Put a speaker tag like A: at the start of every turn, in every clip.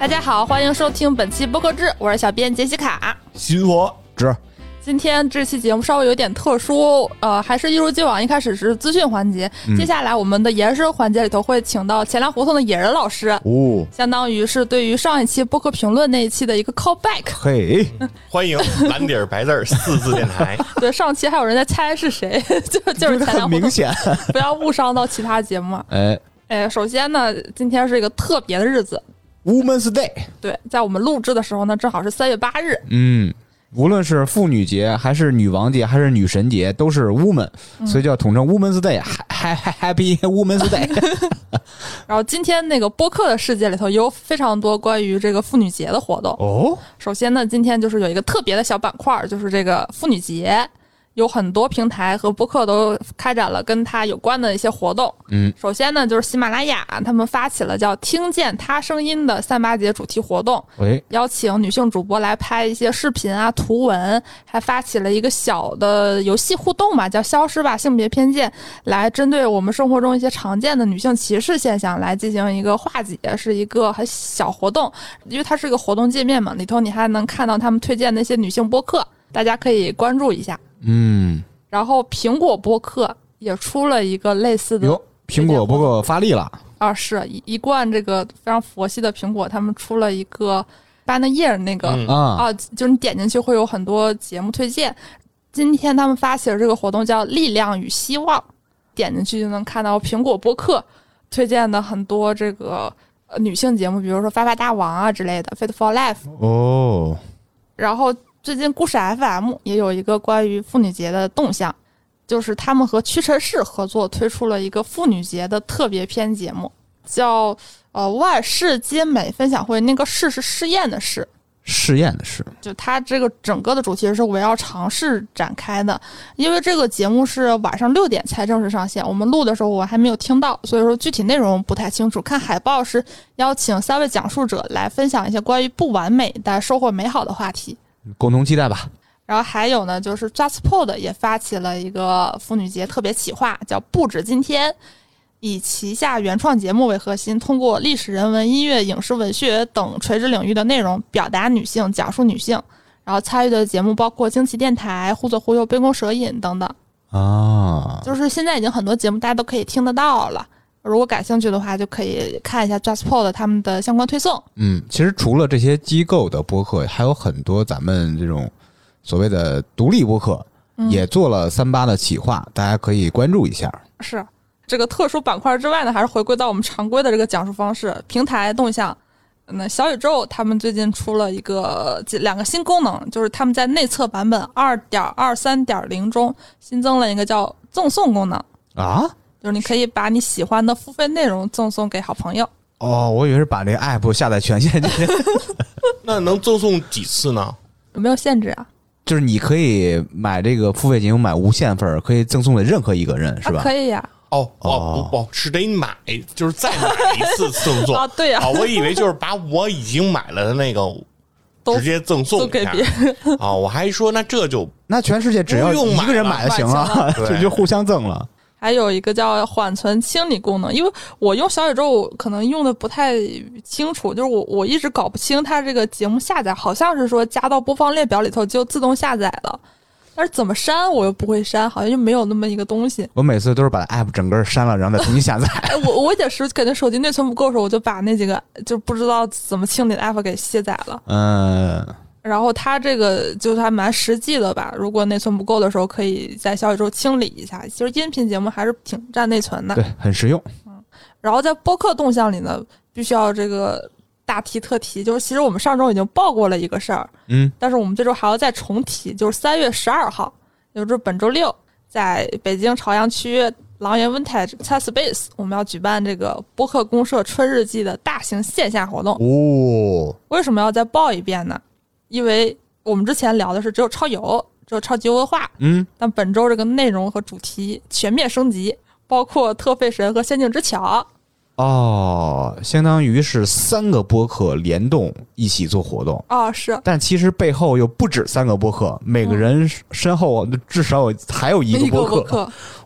A: 大家好，欢迎收听本期播客志，我是小编杰西卡。
B: 新佛指
A: 今天这期节目稍微有点特殊，呃，还是一如既往，一开始是资讯环节，
B: 嗯
A: 接下来我们的野史环节里头会请到钱粮胡同的野人老师，
B: 哦，
A: 相当于是对于上一期播客评论那一期的一个 callback。
B: 嘿，
C: 欢迎蓝底儿白字儿四字电台，
A: 对，上期还有人在猜是谁， 就就
B: 这
A: 是
B: 个
A: 钱粮
B: 很
A: 胡
B: 明
A: 同，
B: 显，
A: 不要误伤到其他节目啊。
B: 哎
A: 哎，首先呢，今天是一个特别的日子，
B: ，Woman's Day，
A: 对，在我们录制的时候呢，正好是三月八日，
B: 嗯，无论是妇女节还是女王节还是女神节，都是 Woman，所以叫统称 Woman's Day，嗨嗨 Happy Woman's Day，
A: 然后今天那个播客的世界里头有非常多关于这个妇女节的活动。
B: 哦，
A: 首先呢，今天就是有一个特别的小板块儿，就是这个妇女节，有很多平台和播客都开展了跟它有关的一些活动。
B: 嗯，
A: 首先呢，就是喜马拉雅他们发起了叫“听见她声音”的三八节主题活动，
B: 喂，
A: 邀请女性主播来拍一些视频啊、图文，还发起了一个小的游戏互动嘛，叫“消失吧性别偏见”，来针对我们生活中一些常见的女性歧视现象来进行一个化解，是一个很小活动，因为它是一个活动界面嘛，里头你还能看到他们推荐的一些女性播客，大家可以关注一下。
B: 嗯，
A: 然后苹果播客也出了一个类似的
B: 哟，苹果不过发力了，
A: 啊，是一一贯这个非常佛系的苹果，他们出了一个 Banner Year 那个。
C: 嗯
B: 啊，
A: 啊，就是你点进去会有很多节目推荐。今天他们发起了这个活动叫“力量与希望”，点进去就能看到苹果播客推荐的很多这个呃女性节目，比如说《发发大王》啊之类的，《Fit for Life》。
B: 哦，
A: 然后最近故事 FM 也有一个关于妇女节的动向，就是他们和屈臣氏合作推出了一个妇女节的特别篇节目，叫呃“万事皆美分享会”，那个“事”是试验的“试”。
B: 试验的试，
A: 就它这个整个的主题是围绕尝试展开的，因为这个节目是晚上六点才正式上线，我们录的时候我还没有听到，所以说具体内容不太清楚。看海报是邀请三位讲述者来分享一些关于不完美但收获美好的话题。
B: 共同期待吧，
A: 然后还有呢，就是 JustPod 也发起了一个妇女节特别企划，叫“不止今天”，以旗下原创节目为核心，通过历史、人文、音乐、影视、文学等垂直领域的内容，表达女性，讲述女性。然后参与的节目包括惊奇电台、忽左忽右、杯弓蛇影等等。
B: 啊，
A: 就是现在已经很多节目大家都可以听得到了。如果感兴趣的话，就可以看一下 JustPod 他们的相关推送。
B: 嗯，其实除了这些机构的播客，还有很多咱们这种所谓的独立播客，也做了三八的企划，大家可以关注一下。
A: 是这个特殊板块之外呢，还是回归到我们常规的这个讲述方式，平台动向。那小宇宙他们最近出了一个几两个新功能，就是他们在内测版本二点二三点零中新增了一个叫赠送功能，
B: 啊？
A: 就是你可以把你喜欢的付费内容赠送给好朋友。
B: 哦，我以为是把这 app 下载权 限，
C: 那能赠送几次呢？
A: 有没有限制啊？
B: 就是你可以买这个付费节目买无限份儿，可以赠送给任何一个人，是
A: 啊
B: 吧？
A: 可以呀、
C: 哦
B: 哦
C: 哦不不，是得买，就是再买一次赠送
A: 啊对呀
C: 哦我以为就是把我已经买了的那个
A: 都
C: 直接赠送
A: 都给别
C: 人啊，我还说那这就
B: 那全世界只要
C: 不用
B: 一
C: 买
B: 个人买就行了，
C: 了
B: 这就互相赠了。
A: 还有一个叫缓存清理功能，因为我用小宇宙可能用的不太清楚，就是我我一直搞不清它这个节目下载，好像是说加到播放列表里头就自动下载了，但是怎么删我又不会删，好像就没有那么一个东西。
B: 我每次都是把 app 整个删了，然后再重新下载。
A: 哎，我我也是感觉手机内存不够的时候，我就把那几个就不知道怎么清理的 app 给卸载了。
B: 嗯，
A: 然后它这个就是还蛮实际的吧，如果内存不够的时候，可以在小宇宙清理一下。其实音频节目还是挺占内存的。
B: 对，很实用。
A: 然后在播客动向里呢，必须要这个大提特提，就是其实我们上周已经报过了一个事儿，
B: 嗯，
A: 但是我们这周还要再重提，就是三月十二号，也就是本周六，在北京朝阳区狼园 Vintage Chat Space，我们要举办这个播客公社春日记的大型线下活动。
B: 哦，
A: 为什么要再报一遍呢？因为我们之前聊的是只有超游，只有超级文化，
B: 嗯，
A: 但本周这个内容和主题全面升级，包括特费神和仙境之桥。
B: 哦，相当于是三个播客联动一起做活动，
A: 啊，是
B: 但其实背后又不止三个播客，每个人身后至少有还有一个播
A: 播
B: 客。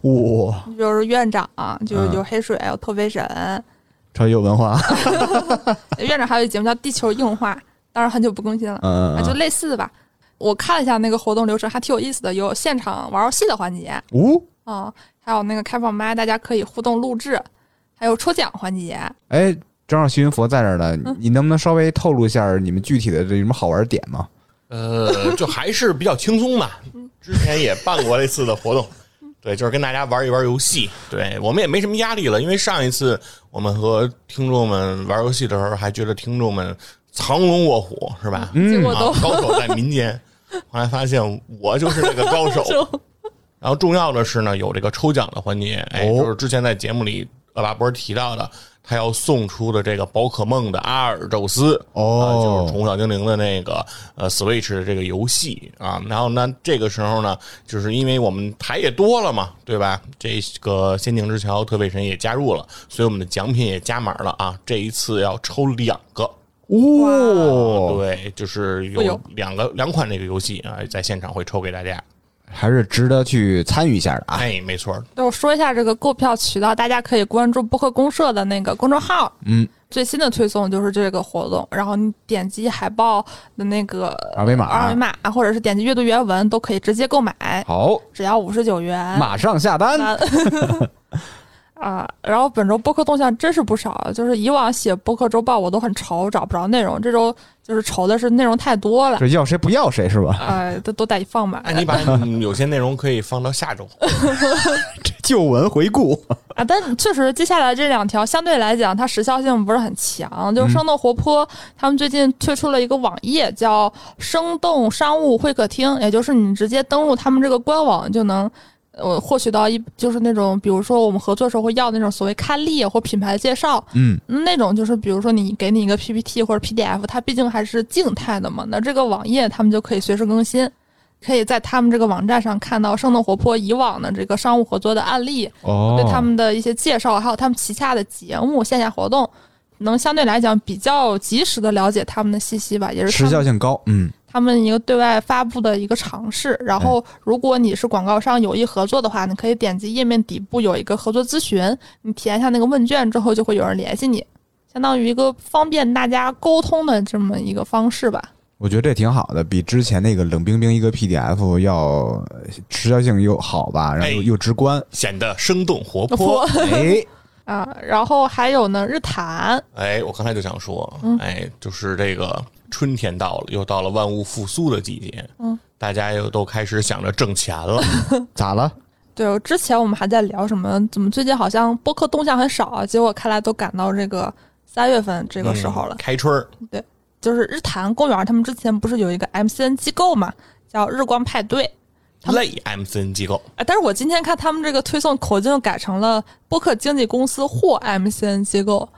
B: 哇、啊
A: 你比如说院长、就
B: 嗯
A: 有黑水，有特飞神，
B: 超级有文化，
A: 院长还有一节目叫《地球硬化》，当然很久不更新了，
B: 嗯
A: 啊，就
B: 嗯，
A: 类似吧。我看了一下那个活动流程，还挺有意思的，有现场玩游戏的环节，
B: 五，
A: 啊、还有那个开放麦，大家可以互动录制，还有抽奖环节。
B: 哎，正好徐云佛在这儿呢，
A: 嗯
B: 你能不能稍微透露一下你们具体的这什么好玩儿点吗？
C: 呃，就还是比较轻松吧。之前也办过类似的活动，对，就是跟大家玩一玩游戏。对我们也没什么压力了，因为上一次我们和听众们玩游戏的时候，还觉得听众们藏龙卧虎，是吧？
B: 嗯
A: 结果
C: 啊
A: 都、，
C: 高手在民间。后来发现我就是那个高 手。然后重要的是呢，有这个抽奖的环节，哎，
B: 哦
C: 就是之前在节目里恶霸波提到的，他要送出的这个宝可梦的阿尔宙斯，啊，就是《宠物小精灵》的那个呃 Switch 的这个游戏啊。然后呢，这个时候呢，就是因为我们台也多了嘛，对吧？这个《仙境之桥》特卫神也加入了，所以我们的奖品也加码了啊。这一次要抽两个，
B: 哦，
C: 对，就是
A: 哎
C: 有
A: 呦
C: 两个两款这个游戏啊，在现场会抽给大家。
B: 还是值得去参与一下的啊。
C: 哎，没错，
A: 对我说一下这个购票渠道，大家可以关注播客公社的那个公众号，
B: 嗯，
A: 最新的推送就是这个活动，然后你点击海报的那个
B: 二维码啊
A: 二维码，或者是点击阅读原文，都可以直接购买，
B: 好，
A: 只要五十九元。
B: 马上下单。
A: 啊 啊，然后本周播客动向真是不少，就是以往写播客周报我都很愁找不着内容，这周就是愁的是内容太多了，
B: 这要谁不要谁是吧？
A: 呃，都都得放满
C: 哎， 你把嗯有些内容可以放到下周。
B: 旧闻回顾，
A: 啊。但确实，接下来这两条相对来讲，它时效性不是很强，就是生动活泼。他们最近推出了一个网页叫“生动商务会客厅”，也就是你直接登录他们这个官网就能。呃，获取到一就是那种，比如说我们合作的时候会要那种所谓刊例或品牌介绍，
B: 嗯，
A: 那种就是比如说你给你一个 PPT 或者 PDF，它毕竟还是静态的嘛，那这个网页他们就可以随时更新，可以在他们这个网站上看到生动活泼以往的这个商务合作的案例，
B: 哦
A: 对他们的一些介绍，还有他们旗下的节目、线下活动，能相对来讲比较及时的了解他们的信息吧，也是
B: 时
A: 他们
B: 效性高，嗯，
A: 他们一个对外发布的一个尝试。然后，嗯如果你是广告商有意合作的话，你可以点击页面底部有一个合作咨询，你填一下那个问卷之后，就会有人联系你，相当于一个方便大家沟通的这么一个方式吧。
B: 我觉得这挺好的，比之前那个冷冰冰一个 PDF 要时效性又好吧，然后又
C: 哎
B: 又直 观。
C: 显得生动活泼。
B: 哎，
A: 啊，然后还有呢，日坛
C: 哎，我刚才就想说，
A: 嗯
C: 哎，就是这个春天到了，又到了万物复苏的季节，
A: 嗯，
C: 大家又都开始想着挣钱了，
B: 咋了？
A: 对，之前我们还在聊什么，怎么最近好像播客动向很少啊？结果看来都赶到这个三月份这
C: 这
A: 个时候了。
C: 嗯开春儿，
A: 就是日坛公园他们之前不是有一个 MCN 机构嘛，叫日光派对。他们
C: 类 MCN 机构，
A: 哎，但是我今天看他们这个推送口径改成了播客经纪公司或 MCN 机构，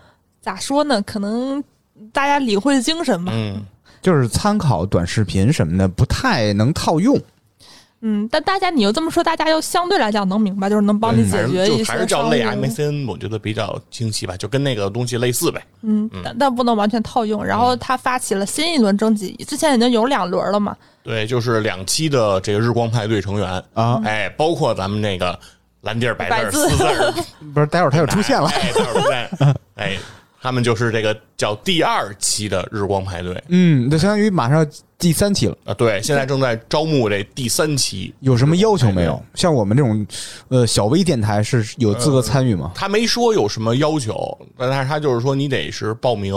A: 咋说呢？可能大家领会精神吧。
C: 嗯，
B: 就是参考短视频什么的，不太能套用。
A: 嗯，但大家你又这么说，大家又相对来讲能明白，就是能帮你解
C: 反
A: 决
C: 正
A: 一
C: 就
A: 些
C: 还是叫类
A: 商务
C: MCN，我觉得比较清晰吧，就跟那个东西类似呗。
A: 嗯，但但不能完全套用。然后他发起了新一轮征集，之前已经有两轮了嘛。
C: 对，就是两期的这个日光派对成员
B: 啊
C: 哎，包括咱们那个蓝地儿、白
A: 白字
C: 字儿、四字儿，
B: 不是，待会儿他又出现了。
C: 哎，待会儿出现，哎，他们就是这个叫第二期的日光派对。
B: 嗯，就相当于马上第三期了。
C: 啊，对，现在正在招募这第三期，
B: 有什么要求
C: 哎
B: 没有？像我们这种，呃，小微电台是有
C: 呃
B: 资格参与吗？
C: 他没说有什么要求，但是他就是说你得是报名，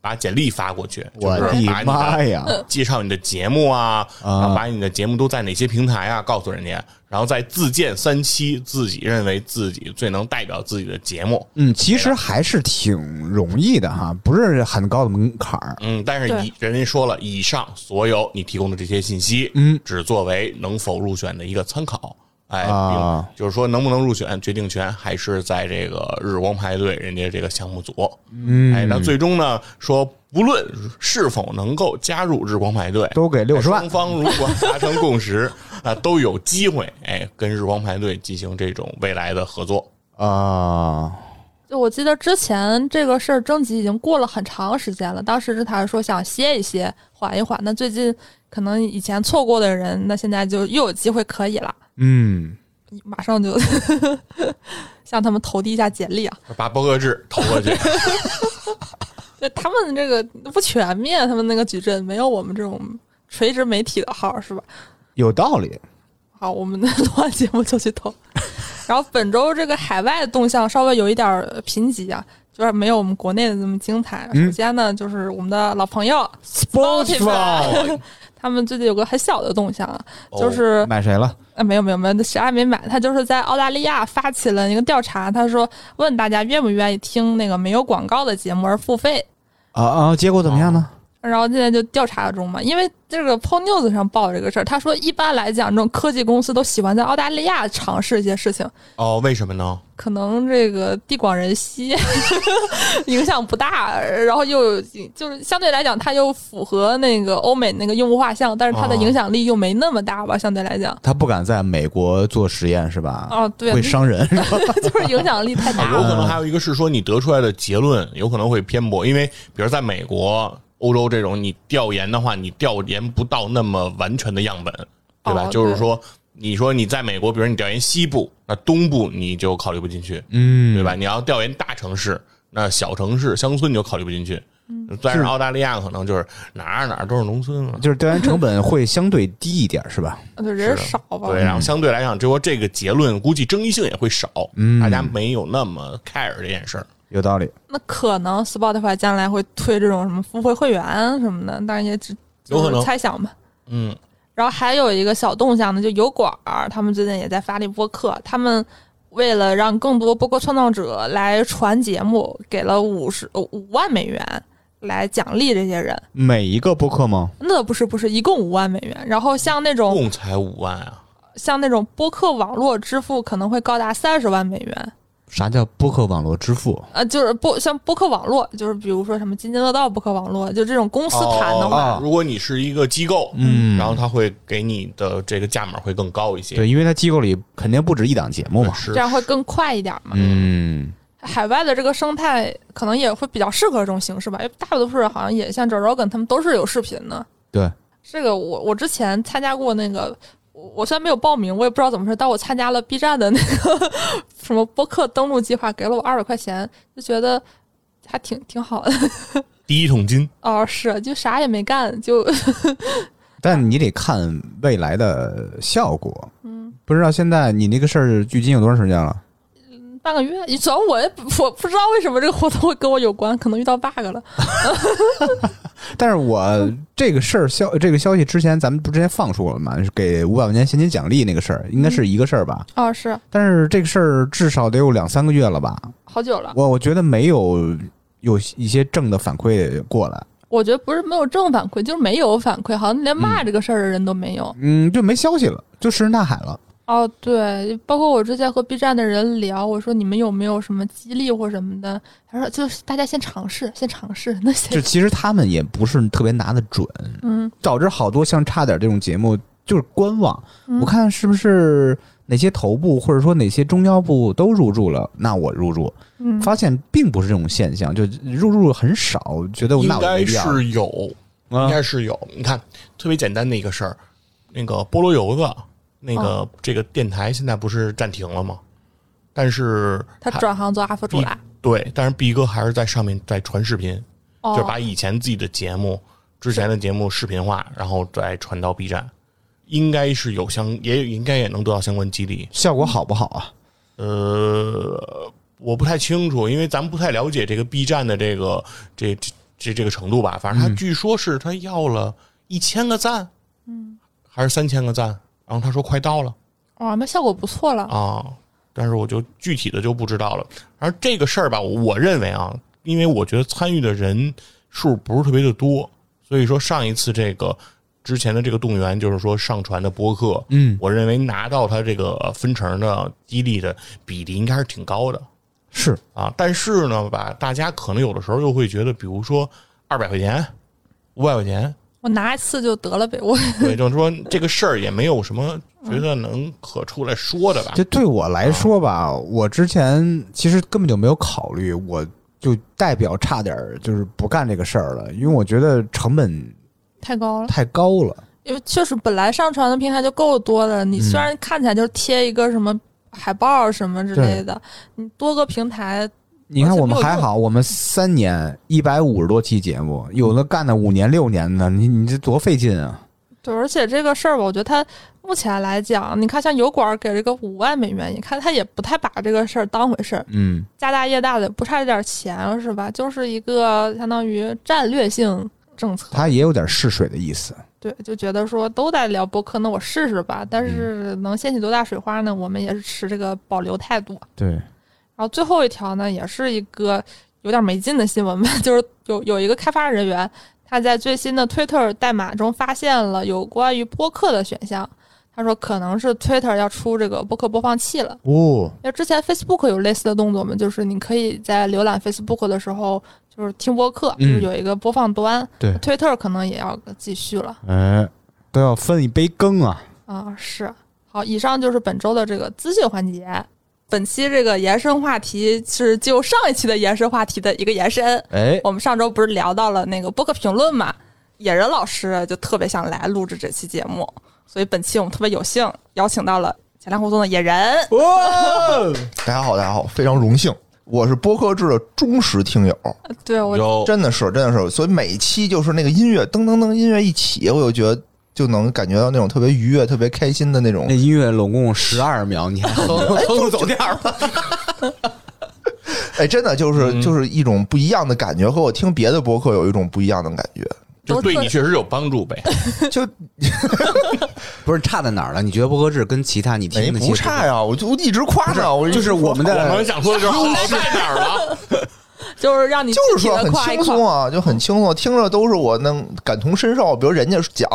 C: 把简历发过去，就
B: 我
C: 是把
B: 的
C: 你
B: 妈呀！
C: 介绍你的节目啊，
B: 啊
C: 然后把你的节目都在哪些平台啊，告诉人家，然后再自荐三期自己认为自己最能代表自己的节目。
B: 嗯，其实还是挺容易的哈，不是很高的门槛儿。
C: 嗯，但是以人家说了，以上所有你提供的这些信息，
B: 嗯，
C: 只作为能否入选的一个参考。哎，
B: 啊
C: 并就是说能不能入选，决定权还是在这个日光派对人家这个项目组。
B: 嗯，
C: 哎，那最终呢，说不论是否能够加入日光派对，
B: 都给六十万
C: 双。方如果达成共识 啊，都有机会哎跟日光派对进行这种未来的合作。
B: 啊，
A: 就我记得之前这个事儿征集已经过了很长时间了，当时是他说想歇一歇，缓一缓。那最近可能以前错过的人，那现在就又有机会可以了。
B: 嗯，
A: 马上就 向他们投递一下简历啊！
C: 把博格制投 过去，
A: 对他们这个不全面，他们那个矩阵没有我们这种垂直媒体的号是吧？
B: 有道理。
A: 好，我们的录完节目就去投。然后本周这个海外动向稍微有一点儿贫瘠啊，就是没有我们国内的这么精彩。
B: 嗯
A: 首先呢，就是我们的老朋友
C: Spotify
A: 他们最近有个很小的动向啊，就是
B: 买谁了？
A: 啊，没有没有没有，啥也没买。他就是在澳大利亚发起了一个调查，他说问大家愿不愿意听那个没有广告的节目而付费。
B: 啊啊！结果怎么样呢？
A: 然后现在就调查中嘛，因为这个 p o News 上报这个事儿，他说一般来讲，这种科技公司都喜欢在澳大利亚尝试一些事情，
C: 哦，为什么呢？
A: 可能这个地广人稀， 影响不大，然后又有就是相对来讲，它又符合那个欧美那个用户画像，但是它的
C: 哦
A: 影响力又没那么大吧，相对来讲。
B: 他不敢在美国做实验是吧？
A: 哦，对，
B: 会伤人。
A: 就是影响力太
C: 啊
A: 大，
C: 有
A: 了。
C: 可能还有一个是说你得出来的结论有可能会偏颇，因为比如在美国、欧洲这种你调研的话，你调研不到那么完全的样本，对吧？
A: 哦
C: 就是
A: 对
C: 说，你说你在美国，比如你调研西部，那东部你就考虑不进去，
B: 嗯
C: 对吧？你要调研大城市，那小城市、乡村你就考虑不进去。但是澳大利亚可能就是哪儿哪儿都是农村了。
B: 就是调研成本会相对低一点是吧？
A: 就呃人
C: 是
A: 少吧。
C: 对，然后相对来讲，就说这个结论估计争议性也会少，
B: 嗯
C: 大家没有那么 care 这件事儿。
B: 有道理。
A: 那可能 Spotify 将来会推这种什么付费会员什么的，但是也只
C: 有可能
A: 就是猜想吧。
C: 嗯，
A: 然后还有一个小动向呢，就油管儿，他们最近也在发力播客，他们为了让更多播客创造者来传节目，给了五十哦五万美元来奖励这些人。
B: 每一个播客吗？
A: 那不是不是，一共五万美元。然后像那种
C: 共才五万啊。
A: 像那种播客网络支付可能会高达三十万美元。
B: 啥叫播客网络支付？
A: 呃，就是播像播客网络，就是比如说什么津津乐道播客网络，就这种公司谈的话，
B: 话
C: 哦如果你是一个机构，
B: 嗯
C: 然后他会给你的这个价码会更高一些，
B: 对，因为他机构里肯定不止一档节目
C: 对，
B: 嘛。
C: 是
A: 这样会更快一点嘛。
B: 嗯，
A: 海外的这个生态可能也会比较适合这种形式吧，因为大多数人好像也像 Joe Rogan 他们都是有视频的。
B: 对，
A: 这个我我之前参加过那个，我我虽然没有报名，我也不知道怎么回事，但我参加了 B 站的那个什么播客登录计划，给了我二百块钱，就觉得还挺挺好的。
C: 第一桶金。
A: 哦，是，就啥也没干，就
B: 但你得看未来的效果。嗯，不知道现在你那个事儿距今有多长时间了？
A: 半个月，主要我也不我不知道为什么这个活动会跟我有关，可能遇到 bug 了。
B: 但是我这个事儿消这个消息之前，咱们不之前放出了嘛，给五百块钱现金奖励那个事儿，应该是一个事儿吧？
A: 哦，是
B: 但是这个事儿至少得有两三个月了吧？
A: 好久了。
B: 我我觉得没有有一些正的反馈过来，
A: 我觉得不是没有正反馈，就是没有反馈，好像连骂这个事儿的人都没有。
B: 嗯，就没消息了，就石沉大海了。
A: 哦，对，包括我之前和 B 站的人聊，我说你们有没有什么激励或什么的？他说就是大家先尝试，先尝试那
B: 就
A: 些。
B: 其实他们也不是特别拿得准，
A: 嗯，
B: 导致好多像差点这种节目就是观望。
A: 嗯
B: 我看是不是哪些头部或者说哪些中腰部都入驻了，那我入驻，
A: 嗯
B: 发现并不是这种现象，就入驻很少，觉得我
C: 应
B: 那我就
C: 该
B: 没必要
C: 是有，应
B: 啊，
C: 该是有。你看，特别简单的一个事儿，那个菠萝油子，那个、
A: 哦
C: 这个电台现在不是暂停了吗？但是
A: 他转行做 UP 主了。
C: 对，但是 B 哥还是在上面在传视频，
A: 哦
C: 就，把以前自己的节目、之前的节目视频化，然后再传到 B 站，应该是有相，也应该也能得到相关激励。
B: 效果好不好啊？
C: 呃，我不太清楚，因为咱们不太了解这个 B 站的这个这这这这个程度吧。反正他据说是他要了一千个赞，嗯，还是三千个赞，然后他说快到了
A: 哇，那效果不错了。
C: 啊，但是我就具体的就不知道了。而这个事儿吧，我认为啊，因为我觉得参与的人数不是特别的多，所以说上一次这个之前的这个动员，就是说上传的播客，
B: 嗯，
C: 我认为拿到它这个分成的低利的比例应该是挺高的
B: 是
C: 啊。但是呢吧，大家可能有的时候又会觉得，比如说二百块钱、五百块钱，
A: 我拿一次就得了呗。我
C: 对，就是说这个事儿也没有什么觉得能可出来说的吧。
B: 这对我来说吧，我之前其实根本就没有考虑，我就代表差点儿就是不干这个事儿了，因为我觉得成本
A: 太高了，
B: 太高了。
A: 因为确实本来上传的平台就够多了，你虽然看起来就是贴一个什么海报什么之类的，你多个平台
B: 你看我们还好，我们三年一百五十多期节目，有的干了五年六年的，你你这多费劲啊！
A: 对，而且这个事儿吧，我觉得他目前来讲，你看像油管给这个五万美元，你看他也不太把这个事儿当回事儿，
B: 嗯，
A: 家大业大的不差这点钱是吧？就是一个相当于战略性政策，
B: 他也有点试水的意思。
A: 对，就觉得说都在聊播客，那我试试吧。但是能掀起多大水花呢？我们也是持这个保留态度。啊
B: 对，
A: 然后最后一条呢，也是一个有点没劲的新闻吧， 就是有有一个开发人员，他在最新的 Twitter 代码中发现了有关于播客的选项。他说可能是 Twitter 要出这个播客播放器了。
B: 哦，
A: 因为之前 Facebook 有类似的动作嘛，就是你可以在浏览 Facebook 的时候，就是听播客，就
B: 嗯
A: 是有一个播放端。
B: 对
A: Twitter 可能也要继续了
B: 哎，都要分一杯羹啊！
A: 啊、是，好，以上就是本周的这个资讯环节。本期这个延伸话题是就上一期的延伸话题的一个延伸。
B: 哎，
A: 我们上周不是聊到了那个播客评论嘛，野人老师就特别想来录制这期节目，所以本期我们特别有幸邀请到了前来互动的野人。
D: 哦大家好，大家好，非常荣幸，我是播客制的忠实听友，
A: 对我
C: 有
D: 真的是，真的是，所以每期就是那个音乐噔噔噔音乐一起，我就觉得就能感觉到那种特别愉悦、特别开心的那种
B: 那。音乐拢共十二秒，你还哼哼走调儿了？
D: 哎，真的就是就是一种不一样的感觉，和我听别的播客有一种不一样的感觉。
C: 就
A: 都
C: 对
A: 特
C: 你确实有帮助呗。
D: 就
B: 不是差在哪儿了？你觉得不合适，跟其他你
D: 哎
B: 听的
D: 不差
B: 呀？
D: 呀，我就一直夸呢，我
B: 就是 我们
C: 我们
B: 的
C: 想说的就是好在哪儿了，
A: 就是让你
D: 就是
A: 尽
D: 说
A: 情地
D: 很
A: 夸一夸
D: 轻松啊，就很轻松，听着都是我能感同身受。比如人家讲，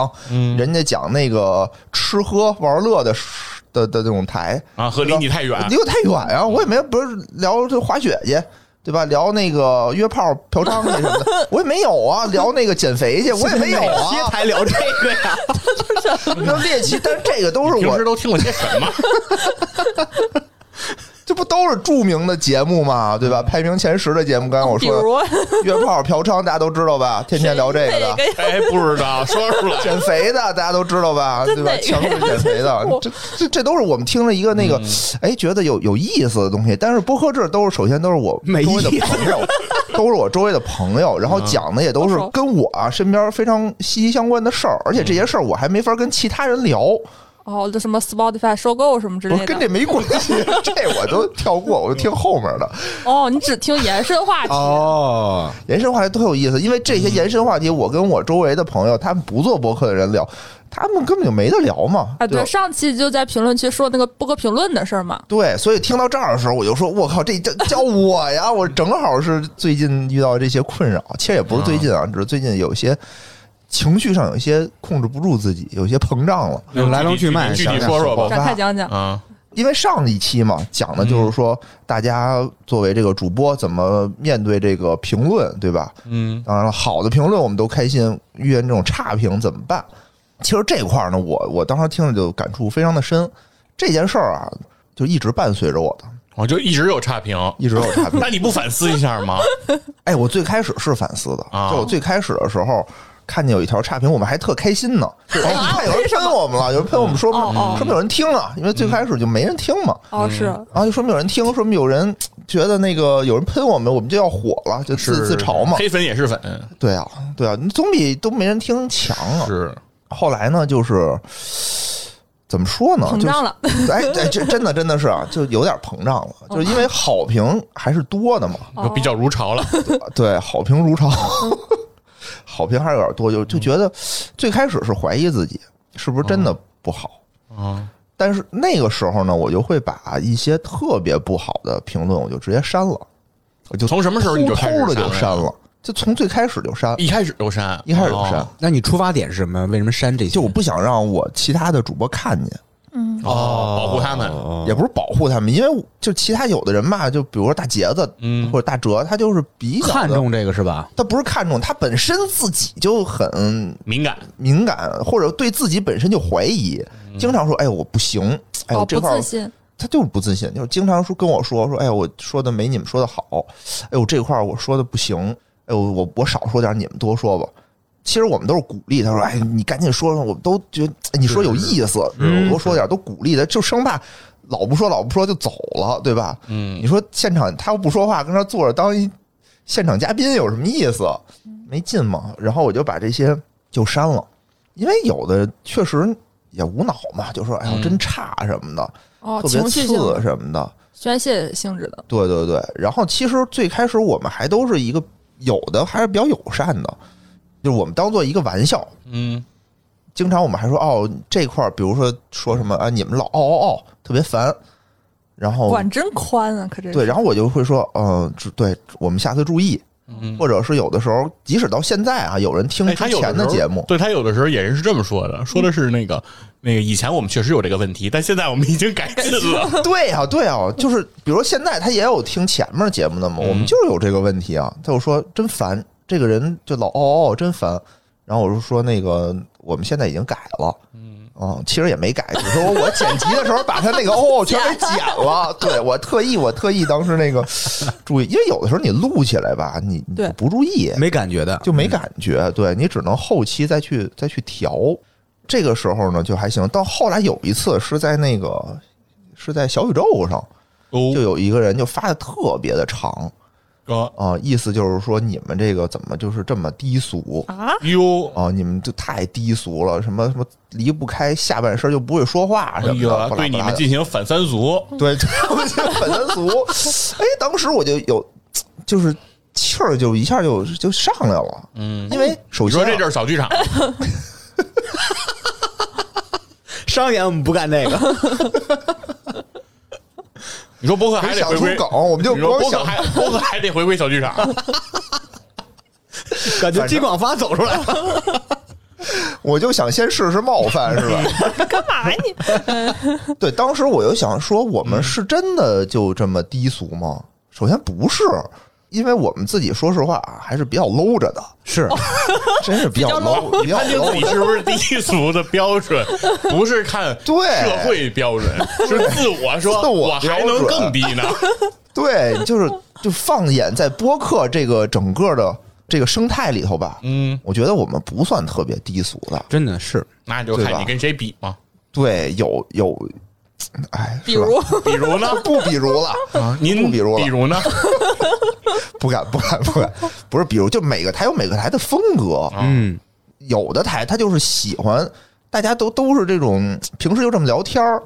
D: 人家讲那个吃喝玩乐的的的这种台，
C: 啊，和离你太远
D: 离我太远啊，我也没不是聊这滑雪去。对吧？聊那个约炮、嫖娼去什么的，我也没有啊。聊那个减肥去，我也没有
B: 哪些
D: 啊。
B: 才聊这个呀？
D: 那猎奇，但是这个都是
C: 平
D: 我
C: 时，都听了些什么？
D: 这不都是著名的节目嘛，对吧？排名前十的节目，刚才我
A: 比
D: 说
A: 如
D: 的约炮、嫖娼，大家都知道吧？天天聊这个的。
C: 哎，不知道，说出来。
D: 减肥的，大家都知道吧？
A: 真
D: 对吧
A: 的？
D: 强制减肥的
A: 我，
D: 这这这都是我们听着一个那个，
B: 嗯
D: 哎，觉得有有意思的东西。但是播客制都是首先都是我
B: 没
D: 周围的
B: 意思嗯
D: 朋友，都是我周围的朋友，然后讲的也都是
A: 都熟
D: 跟我啊身边非常息息相关的事儿，而且
B: 嗯
D: 这些事儿我还没法跟其他人聊，
A: 哦，这什么 Spotify 收购什么之
D: 不
A: 类
D: 是
A: 的，
D: 跟这没关 系，这我都跳过，我就听后面的。
A: 哦，你只听延伸话题，
B: 哦，
D: 延伸话题多有意思，因为这些延伸话题，我跟我周围的朋友，他们不做播客的人聊，他们根本就没得聊嘛。
A: 啊，
D: 吧
A: 对，上期就在评论区说那个播客评论的事儿嘛，
D: 对，所以听到这儿的时候，我就说：“我靠，这这叫我呀！ 我正好是最近遇到这些困扰，其实也不是最近啊，只是最近有一些情绪上有一些控制不住自己，有些膨胀了。
B: 有来龙去脉
C: 具
B: 想
C: 体
B: 想
C: 说说吧。
A: 展开讲
D: 嗯
A: 讲。
C: 啊，
D: 因为上一期嘛，讲的就是说大家作为这个主播怎么面对这个评论，对吧？
C: 嗯，
D: 当然了，好的评论我们都开心，遇见这种差评怎么办？其实这块儿呢，我我当时听着就感触非常的深，这件事儿啊，就一直伴随着我的，
C: 我就一直有差评，
D: 一 直有差评。”
C: 那你不反思一下吗？
D: 哎，我最开始是反思的，
C: 啊
D: 就我最开始的时候。看见有一条差评，我们还特开心呢。 就哎，你
C: 啊
D: 看有人喷我们了，有人喷我们说
A: 哦哦
D: 说明有人听了，因为最开始就没人听嘛，
A: 哦，是，
D: 然后就说明有人听，说明有人觉得那个有人喷我们，我们就要火了，就自自嘲嘛。
C: 黑粉也是粉，
D: 对啊，对啊，你总比都没人听强啊。
C: 是
D: 后来呢，就是怎么说呢，
A: 膨
D: 就是
A: 胀了，
D: 哎哎，这真的真的是啊，就有点膨胀了，就是因为好评还是多的嘛。
A: 哦
C: 比较如潮了。
D: 对，好评如潮，
C: 嗯
D: 好评还是有点多，就就觉得最开始是怀疑自己是不是真的
C: 嗯
D: 不好，
C: 啊，
D: 但是那个时候呢，我就会把一些特别不好的评论我就直接删了，我就
C: 从什么时候你就开始
D: 偷偷的就
C: 删
D: 删了，就从最开始就删，
C: 一开始就删，
D: 一开始就删，
C: 哦
B: 那你出发点是什么？为什么删这些？
D: 就我不想让我其他的主播看见。
A: 嗯，
C: 哦，保护他们。
D: 也不是保护他们，因为就其他有的人吧，就比如说大杰子，
C: 嗯
D: 或者大哲，他就是比较的
B: 看，重这个是吧？
D: 他不是看重，他本身自己就很
C: 敏感，
D: 敏感，或者对自己本身就怀疑，经常说：“哎，我不行，哎，我
A: 哦，
D: 这
A: 不
D: 块
A: 自
D: 儿
A: 信，
D: 他就是不自信，就是经常说跟我说说，哎呀，我说的没你们说的好，哎，我这块儿我说的不行，哎，我我我少说点，你们多说吧。”其实我们都是鼓励他说：“哎，你赶紧说说，我们都觉得哎你说有意思，
B: 嗯
D: 多说点，都鼓励他，就生怕老不说老不说就走了，对吧？
C: 嗯
D: 你说现场他又不说话，跟那儿坐着当一现场嘉宾有什么意思？没劲嘛。然后我就把这些就删了，因为有的确实也无脑嘛，就说哎呦
C: 嗯
D: 真差什么的，
A: 哦，
D: 特别
A: 情绪性
D: 次什么的。
A: 宣泄性质的，
D: 对对对，然后其实最开始我们还都是一个有的还是比较友善的，就是我们当做一个玩笑。
C: 嗯
D: 经常我们还说哦这块儿，比如说说什么啊，你们老嗷嗷嗷，特别烦。然后
A: 管真宽啊，可真是
D: 哦对，然后我就会说，嗯、只对我们下次注意，
C: 嗯，
D: 或者是有的时候，即使到现在啊，有人听
C: 哎
D: 之
C: 他有
D: 前的
C: 时候
D: 节 目，嗯
C: 对他有的时候也是这么说的，说的是那个那个以前我们确实有这个问题，但现在我们已经改进了。
D: 对啊，对啊，就是比如说现在他也有听前面节目的嘛，
C: 嗯
D: 我们就是有这个问题啊。他就说真烦，这个人就老嗷嗷嗷，真烦。然后我就说那个我们现在已经改了，嗯，啊，其实也没改，只是我我剪辑的时候把他那个嗷嗷全给剪了。对我特意我特意当时那个注意，因为有的时候你录起来吧，你你
A: 对
D: 不注意，
B: 没感觉的，
D: 就没感觉，对你只能后期再去再去调。这个时候呢，就还行。到后来有一次是在那个是在小宇宙上，
C: 哦
D: 就有一个人就发的特别的长
C: 哥
D: 啊、意思就是说你们这个怎么就是这么低俗
A: 啊，
C: 哟，
D: 啊、你们就太低俗了，什么什么离不开下半身就不会说话
C: 哎
D: 什么的，
C: 呀，
D: 巴拉巴拉
C: 对你们
D: 的
C: 进行反三俗，
D: 对，我们就 粉丝俗。哎，当时我就有就是气儿就一下就就上来了，
C: 嗯，
D: 因为首
C: 你说
D: 先啊、
C: 这就是小剧场，
B: 商演我们不 干那个，
C: 你说博客还得
D: 想
C: 回
D: 出
C: 归
D: 梗，我们就
C: 你说
D: 光
C: 博客
D: 想
C: 还博客还得回归小剧场，
B: 感觉金广发走出来了。
D: 我就想先试试冒犯，是 吧？
A: 干嘛呀 你？
D: 对，当时我就想说，我
C: 嗯
D: 们是真的就这么低俗吗？首先不是，因为我们自己说实话啊还是比较 low 着的，
B: 是，
D: 真是比较 low，比较
C: 判定自
D: low
C: 己。是不是低俗的标准，不是看
D: 对
C: 社会标准，是自我说
D: 自我
C: 我还能
D: 标准
C: 更低 呢。
D: 对，就是就放眼在播客这个整个的这个生态里头吧，
C: 嗯，
D: 我觉得我们不算特别低俗的。
B: 真的是
C: 那就
D: 对
C: 看
D: 吧
C: 你跟谁比嘛。
D: 对，有有，哎，
A: 比
D: 是吧
A: 如
C: 比如呢？
D: 不比如了，
C: 您
D: 不比如了
C: 比如呢？
D: 不敢不敢不敢，不是比如，就每个台有每个台的风格，
B: 嗯，
D: 有的台他就是喜欢大家都都是这种平时就这么聊天儿，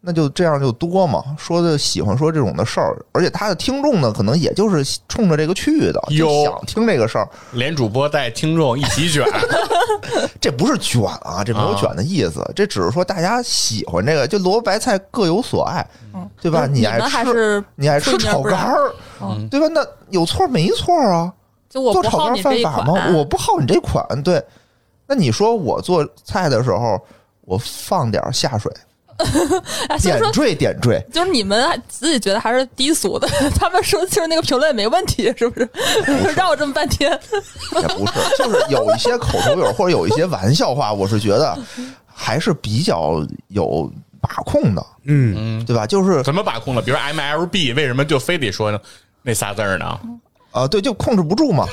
D: 那就这样就多嘛，说的喜欢说这种的事儿，而且他的听众呢，可能也就是冲着这个去的，就
C: 哟
D: 想听这个事儿，
C: 连主播带听众一起卷，
D: 这不是卷啊，这没有卷的意思，这只是说大家喜欢这个，就萝卜白菜各有所爱，对吧？
A: 嗯就是
D: 你
A: 你
D: 爱
A: 们还
D: 吃，
A: 是
D: 你爱吃
A: 吹牛
D: 炒
A: 不染
D: 肝儿，
A: 嗯
D: 对吧？那有错没错啊？
A: 就我
D: 做
A: 不
D: 炒
A: 好
D: 肝
A: 你这
D: 犯
A: 一
D: 法
A: 款，啊
D: 吗？我不好你这款，对。那你说我做菜的时候，我放点儿下水，
A: 哎所以
D: 点
A: 说
D: 缀点缀，
A: 就是你们自己觉得还是低俗的， 他们说就是那个评论没问题，是 不是？ 绕这么半天，
D: 也不是，就是有一些口头语儿或者有一些玩笑话，我是觉得还是比较有把控的，
B: 嗯，
D: 对吧？就是
C: 怎么把控了？比如 MLB 为什么就非得说呢那仨字儿呢？
D: 啊，对，就控制不住嘛。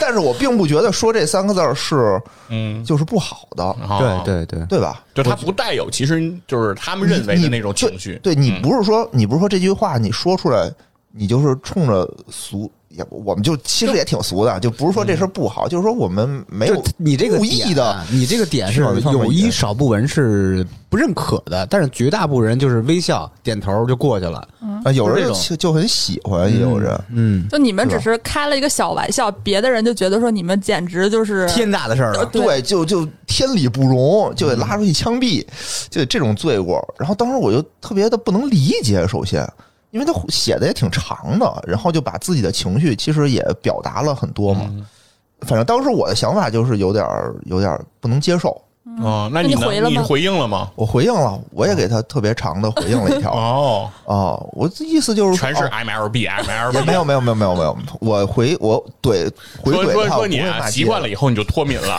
D: 但是我并不觉得说这三个字儿是
C: 嗯，
D: 就是不好的，
A: 嗯
C: 哦，
B: 对对对，
D: 对吧？
C: 就他不带有，其实就是他们认为
D: 你
C: 的
D: 你
C: 那种情绪。
D: 对
B: 嗯
D: 你不是说你不是说这句话你说出来，你就是冲着俗，也我们就其实也挺俗的，就不是说这事儿不好，就是说我们没有
B: 就哎你这个
D: 故
B: 点
D: 意的
B: 啊，你这个点是
D: 去往这方面
B: 有
D: 引
B: 一少部分是不认可的，但是绝大部分人就是微笑点头就过去了。
D: 啊，有
B: 是
D: 人
B: 这种
D: 就就很喜欢，也有人。
B: 嗯，
A: 就你们只是开了一个小玩笑，别的人就觉得说你们简直就是
B: 天大的事儿了，
A: 对
D: 对，就就天理不容，就得拉出去枪毙，就这种罪过。然后当时我就特别的不能理解，首先，因为他写的也挺长的，然后就把自己的情绪其实也表达了很多嘛。反正当时我的想法就是有点儿有点儿不能接受。
C: 哦，那
A: 那你
C: 你能
A: 回了吗
C: 你回应了吗？
D: 我回应了，我也给他特别长的回应了一条啊、
C: 哦，
D: 哦我的意思就是
C: 全是啊
D: 哦
C: MLB
D: 也
C: MLB。
D: 没有没有没有没有没有，我回我怼回
C: 说
D: 怼
C: 说
D: 他，
C: 说你
D: 我不会
C: 啊，
D: 骂
C: 习
D: 街
C: 惯
D: 的
C: 了以后你就脱 敏了。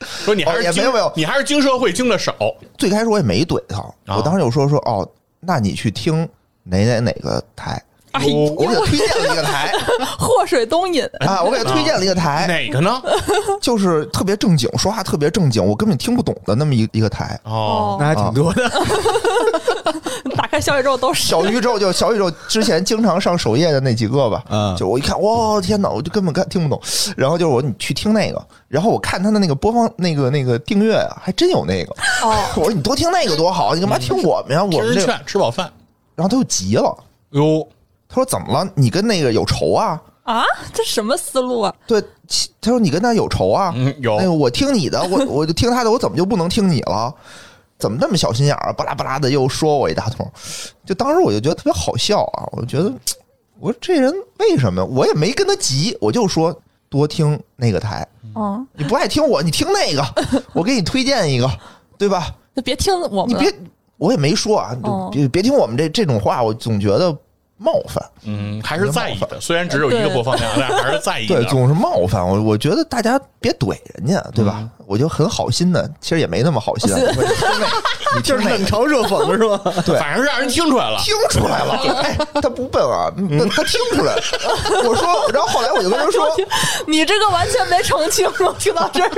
C: 说你还
D: 哦
C: 是
D: 也
C: 经
D: 没有没有
C: 你还是经社会经的少。
D: 最开始我也没怼他，
C: 啊
D: 我当时就说说哦，那你去听哪哪哪个台，
C: 哎呦
D: 我给他推荐了一个 台
A: 祸水东引，
D: 啊，我给他推荐了一个台，
C: 哪个呢？
D: 就是特别正经，说话特别正经，我根本听不懂的那么一一个台。
C: 哦，
B: 那还挺多的。
A: 打开小宇宙都是。
D: 小宇宙就小宇宙之前经常上首页的那几个吧，
B: 嗯
D: 就我一看，哇，天哪，我就根本看听不懂。然后就是我，你去听那个，然后我看他的那个播放那个那个订阅啊，还真有那个。
A: 哦，
D: 我说你多听那个多好，你干嘛听我们呀？我
C: 听
D: 们
C: 人
D: 这个，
C: 劝，吃饱饭。
D: 然后他就急了，
C: 哟，
D: 他说怎么了？你跟那个有仇啊？
A: 啊，这什么思路啊？
D: 对，其他说你跟他有仇啊？
C: 嗯，有
D: 那个我听你的，我我就听他的，我怎么就不能听你了？怎么那么小心眼儿啊？巴拉巴拉的又说我一大通，就当时我就觉得特别好笑啊！我觉得我说这人为什么？我也没跟他急，我就说多听那个台，
A: 嗯，
D: 你不爱听我，你听那个，我给你推荐一个，对吧？
A: 就别听我
D: 你
A: 们
D: 别，我也没说啊，你就
A: 哦
D: 别别听我们这这种话，我总觉得冒犯。
C: 嗯，还是在意的。虽然只有一个播放量，但还是在意的。
D: 对，总是冒犯我。我觉得大家别怼人家，对吧？我就很好心的，其实也没那么好心啊。
A: 是
D: 我说你听那，你听那个，
B: 嘲热讽是吧？
D: 对
C: 反正让人听出来了。
D: 听出来了。 哎，他不笨啊，他他听出来了。我说，然后后来我就跟他说，
A: 你这个完全没澄清，我听到 这儿，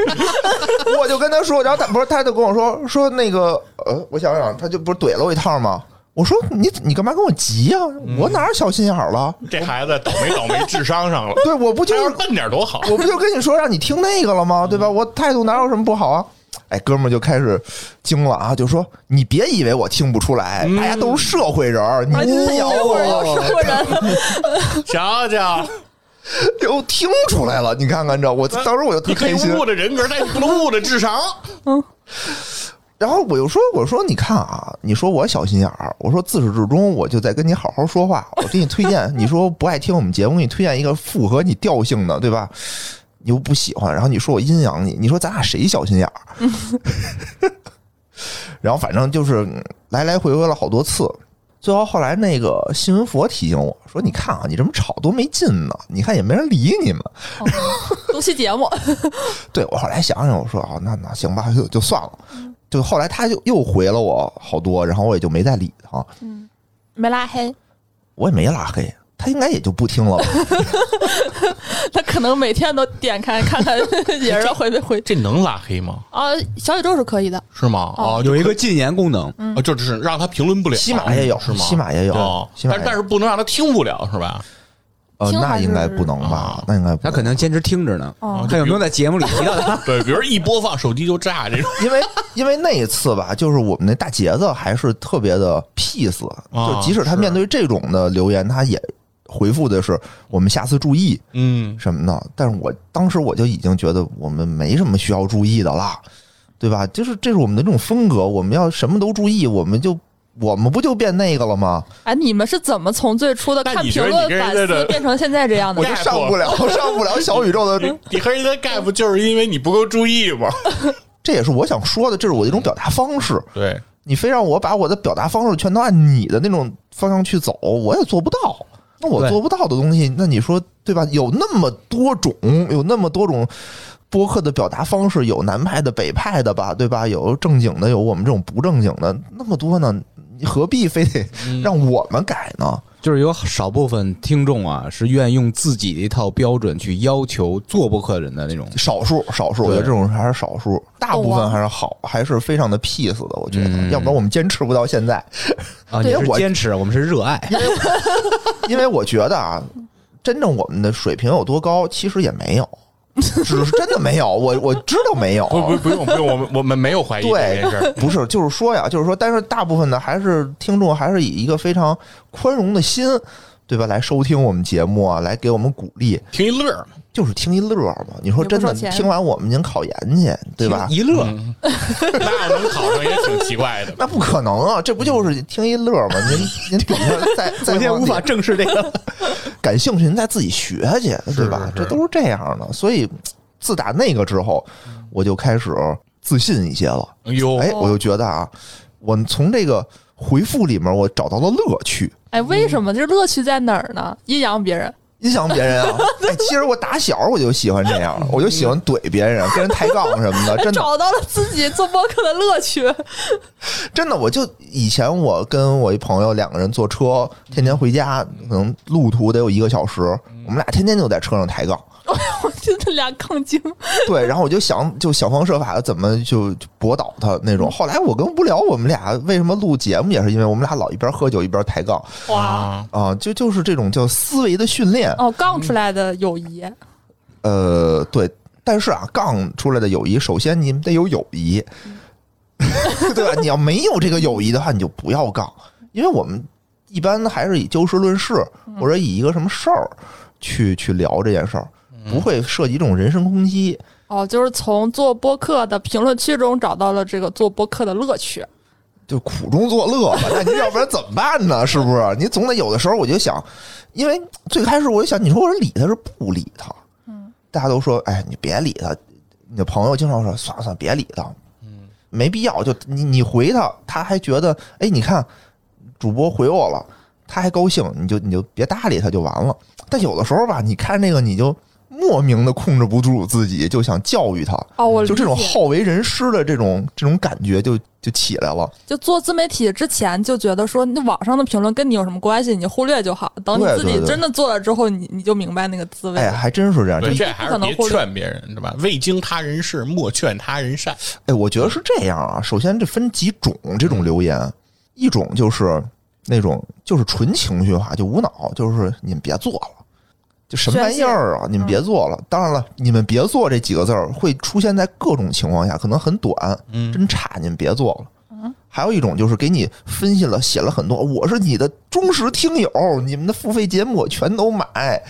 D: 我就跟他说，然后他不是他就跟我说说那个呃，我想想，他就不是怼了我一趟吗？我说你你干嘛跟我急呀、我哪有小心眼儿了？
C: 这孩子倒霉倒霉，智商上了。
D: 对，我不就
C: 他要
D: 是
C: 是笨点多好。
D: 我不就跟你说让你听那个了
A: 嗯
D: 吗？对吧？我态度哪有什么不好啊？哎，哥们儿就开始惊了啊，就说你别以为我听不出来，
A: 嗯
D: 大家都是社会人儿，哎你
A: 啊你
D: 误
A: 这
D: 解
A: 会儿又
D: 我，
A: 说 人，
C: 瞧瞧，
D: 又听出来了。你看看这，我当时我就特
C: 你可以
D: 开心
C: 侮。辱的人格，但你不能侮辱的智商。
D: 然后我又说，我说你看啊，你说我小心眼儿，我说自始至终我就在跟你好好说话，我给你推荐，你说不爱听我们节目，给你推荐一个符合你调性的，对吧？你又不喜欢，然后你说我阴阳你，你说咱俩谁小心眼儿？然后反正就是嗯来来回回了好多次，最后后来那个新闻佛提醒我说，你看啊，你这么吵多没劲呢，你看也没人理你们。
A: 录期节目，
D: 对我后来想想，我说啊，那那行吧，就就算了。
A: 嗯
D: 就后来他就又回了我好多，然后我也就没再理他，
A: 没拉黑，
D: 我也没拉黑，他应该也就不 听了吧。
A: 他可能每天都点开看 看别人回没回
C: 这能拉黑吗？
A: 啊。小宇宙是可以的，
C: 是吗？
A: 哦
C: 哦，
B: 有一个禁言功能，
C: 哦，就只是让他评论不了。
D: 西马嗯也有
C: 是吗？
D: 西马也有
C: 哦
D: 西马也
C: 但
D: 有
C: 但是不能让他听不了，是吧？
D: 呃，
A: 听
D: 那
A: 还
D: 应该
A: 是
D: 不能吧
C: 啊？
D: 那应该不
B: 他可能坚持听着呢
A: 哦，
B: 看有没有在节目里提到他。
C: 对，比如一播放手机就炸 这种。
D: 因为 因为那一次吧，就是我们那大杰子还是特别的 peace，
C: 啊
D: 就即使他
C: 是
D: 面对这种的留言，他也回复的是我们下次注意
C: 嗯，
D: 什么的。但是我当时我就已经觉得我们没什么需要注意的啦，对吧？就是这是我们的这种风格，我们要什么都注意，我们就我们不就变那个了吗？
A: 哎，你们是怎么从最初的
C: 那
A: 看
C: 你
A: 评
C: 觉得
A: 论
C: 你跟人
A: 反
C: 家
A: 思
C: 的
A: 变成现在这样的
D: 我？就上不了上不了小宇宙的，
C: 你和人家 gap 就是因为你不够注意嘛。
D: 这也是我想说的，这是我的一种表达方式。
C: 对，
D: 你非让我把我的表达方式全都按你的那种方向去走，我也做不到。那我
B: 对
D: 做不到的东西，那你说对吧？有那么多种，有那么多种播客的表达方式，有南派的、北派的吧，对吧？有正经的，有我们这种不正经的，那么多呢，你何必非得
B: 嗯
D: 让我们改呢？
B: 就是有少部分听众啊，是愿意用自己的一套标准去要求做播客人的那种。
D: 少数，少数，我觉得
B: 对
D: 这种还是少数，大部
A: 懂啊
D: 分还是好，还是非常的 peace 的。我觉得，
B: 嗯
D: 要不然我们坚持不到现在。
B: 啊，你
D: 对
B: 是
D: 我
B: 坚持，我们是热爱。
D: 因为我觉得啊，真正我们的水平有多高，其实也没有，只是真的没有。我我知道没有，
C: 不不不用不用，我们我们没有怀疑这
D: 对
C: 件事儿。
D: 不是，就是说呀，就是说，但是大部分的还是听众还是以一个非常宽容的心，对吧，来收听我们节目啊，来给我们鼓励，
C: 听一乐儿 嘛，
D: 就是听一乐儿嘛。你说真的，
A: 也不收钱
D: 听完我们您考研去，对吧？
B: 一乐，
C: 那能考上也挺奇怪的。
D: 那不可能啊！这不就是听一乐儿吗？您您底下再 再
B: 我现在
D: 往
B: 无
D: 底
B: 法正视这 个。
D: 感兴趣，您再自己学去，对吧？
C: 是是
D: 这都是这样的。所以自打那个之后，我就开始自信一些了。
C: 哎呦，
D: 哎，我就觉得啊，我从这个回复里面我找到了乐趣。
A: 哎，为什么这乐趣在哪儿呢？阴阳别人，
D: 影响别人 啊！哎，其实我打小我就喜欢这样，
C: 嗯
D: 我就喜欢怼别人，跟人抬杠什么的。啊 真的，
A: 找到了自己做播客的乐 趣。
D: 真的，我就以前我跟我一朋友两个人坐车，天天回家，可能路途得有一个小时，
C: 嗯
D: 我们俩天天就在车上抬杠。
A: 我真的俩杠精，
D: 对，然后我就想，就想方设法的怎么就就驳倒他那种。后来我跟无聊，我们俩为什么录节目，也是因为我们俩老一边喝酒一边抬杠
A: 哇！
D: 啊，就就是这种叫思维的训练。
A: 哦，杠出来的友谊，
D: 呃，对，但是啊，杠出来的友谊，首先你得有友谊，对吧？你要没有这个友谊的话，你就不要杠，因为我们一般还是以就事论事，或者以一个什么事儿去去聊这件事儿，不会涉及这种人身攻击。
A: 哦，就是从做播客的评论区中找到了这个做播客的乐趣。
D: 就苦中作乐吧，那你要不然怎么办呢？是不是？你总得有的时候我就想，因为最开始我就想，你说我是理他是不理他？嗯，大家都说，哎，你别理他。你的朋友经常说，算了算了，别理他，
C: 嗯，
D: 没必要。就你你回他，他还觉得，哎，你看主播回我了，他还高兴，你就你就别搭理他就完了。但有的时候吧，你看这个你就莫名的控制不住自己，就想教育他，
A: 哦，我
D: 就这种
A: 理解
D: 好为人师的这种这种感觉就就起来了。
A: 就做自媒体之前就觉得说，那网上的评论跟你有什么关系？你忽略就好。等你
D: 对
A: 自己
D: 对对
A: 真的做了之后，你你就明白那个滋味。
D: 哎，还真是这样。这
C: 对，这
A: 不
C: 还
A: 可
C: 是
A: 能
C: 别
A: 忽略
C: 劝别人，对吧？未经他人事，莫劝他人善。
D: 哎，我觉得是这样啊。首先，这分几种这种留言，一种就是那种就是纯情绪化，就无脑，就是你们别做了，就什么玩意儿啊，你们别做了。当然了，你们别做这几个字儿会出现在各种情况下，可能很短，
C: 嗯
D: 真差，你们别做了。还有一种就是给你分析了，写了很多，我是你的忠实听友，你们的付费节目我全都买，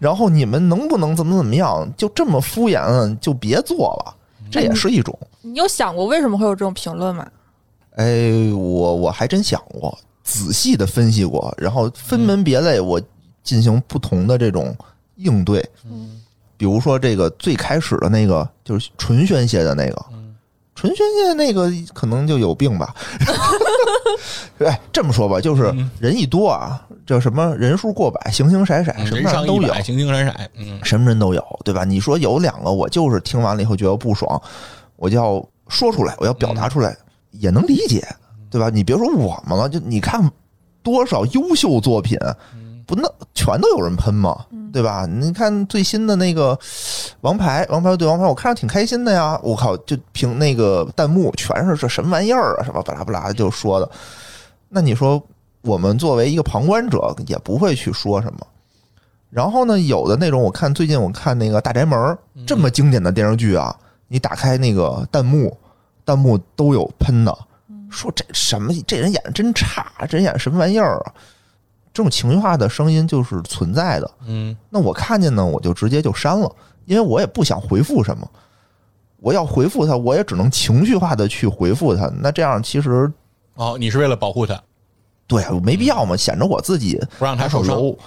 D: 然后你们能不能怎么怎么样，就这么敷衍，就别做了，这也是一种。
A: 你有想过为什么会有这种评论吗？
D: 哎，我我还真想过，仔细的分析过，然后分
C: 嗯
D: 门别类，我进行不同的这种应对。
C: 嗯，
D: 比如说这个最开始的那个，就是纯宣泄的那个，
C: 嗯
D: 纯宣泄的那个可能就有 病吧。哎，这么说吧，就是
C: 嗯
D: 人一多啊，叫什么人数过百，形形色色，嗯什么
C: 嗯人
D: 样
C: 上
D: 都
C: 一
D: 有。
C: 百，形形色色。嗯
D: 什么人都有，对吧？你说有两个，我就是听完了以后觉得不爽，我就要说出来，我要表达出来，也能理解，对吧？你别说我们了，就你看多少优秀作品，不那全都有人喷嘛，对吧？你看最新的那个《王牌》，《王牌对王牌》，我看着挺开心的呀，我靠，就凭那个弹幕全是这什么玩意儿啊，什么巴拉巴拉就说的，那你说我们作为一个旁观者，也不会去说什么。然后呢，有的那种我看最近我看那个《大宅门》这么经典的电视剧啊，你打开那个弹幕，弹幕都有喷的，说这什么这人演的真差，这人演什么玩意儿啊？这种情绪化的声音就是存在的。
C: 嗯
D: 那我看见呢，我就直接就删了，因为我也不想回复什么。我要回复他，我也只能情绪化的去回复他。那这样其实
C: 哦，你是为了保护他，
D: 对啊没必要嘛，显着我自己
C: 不让他受伤。
D: 柔，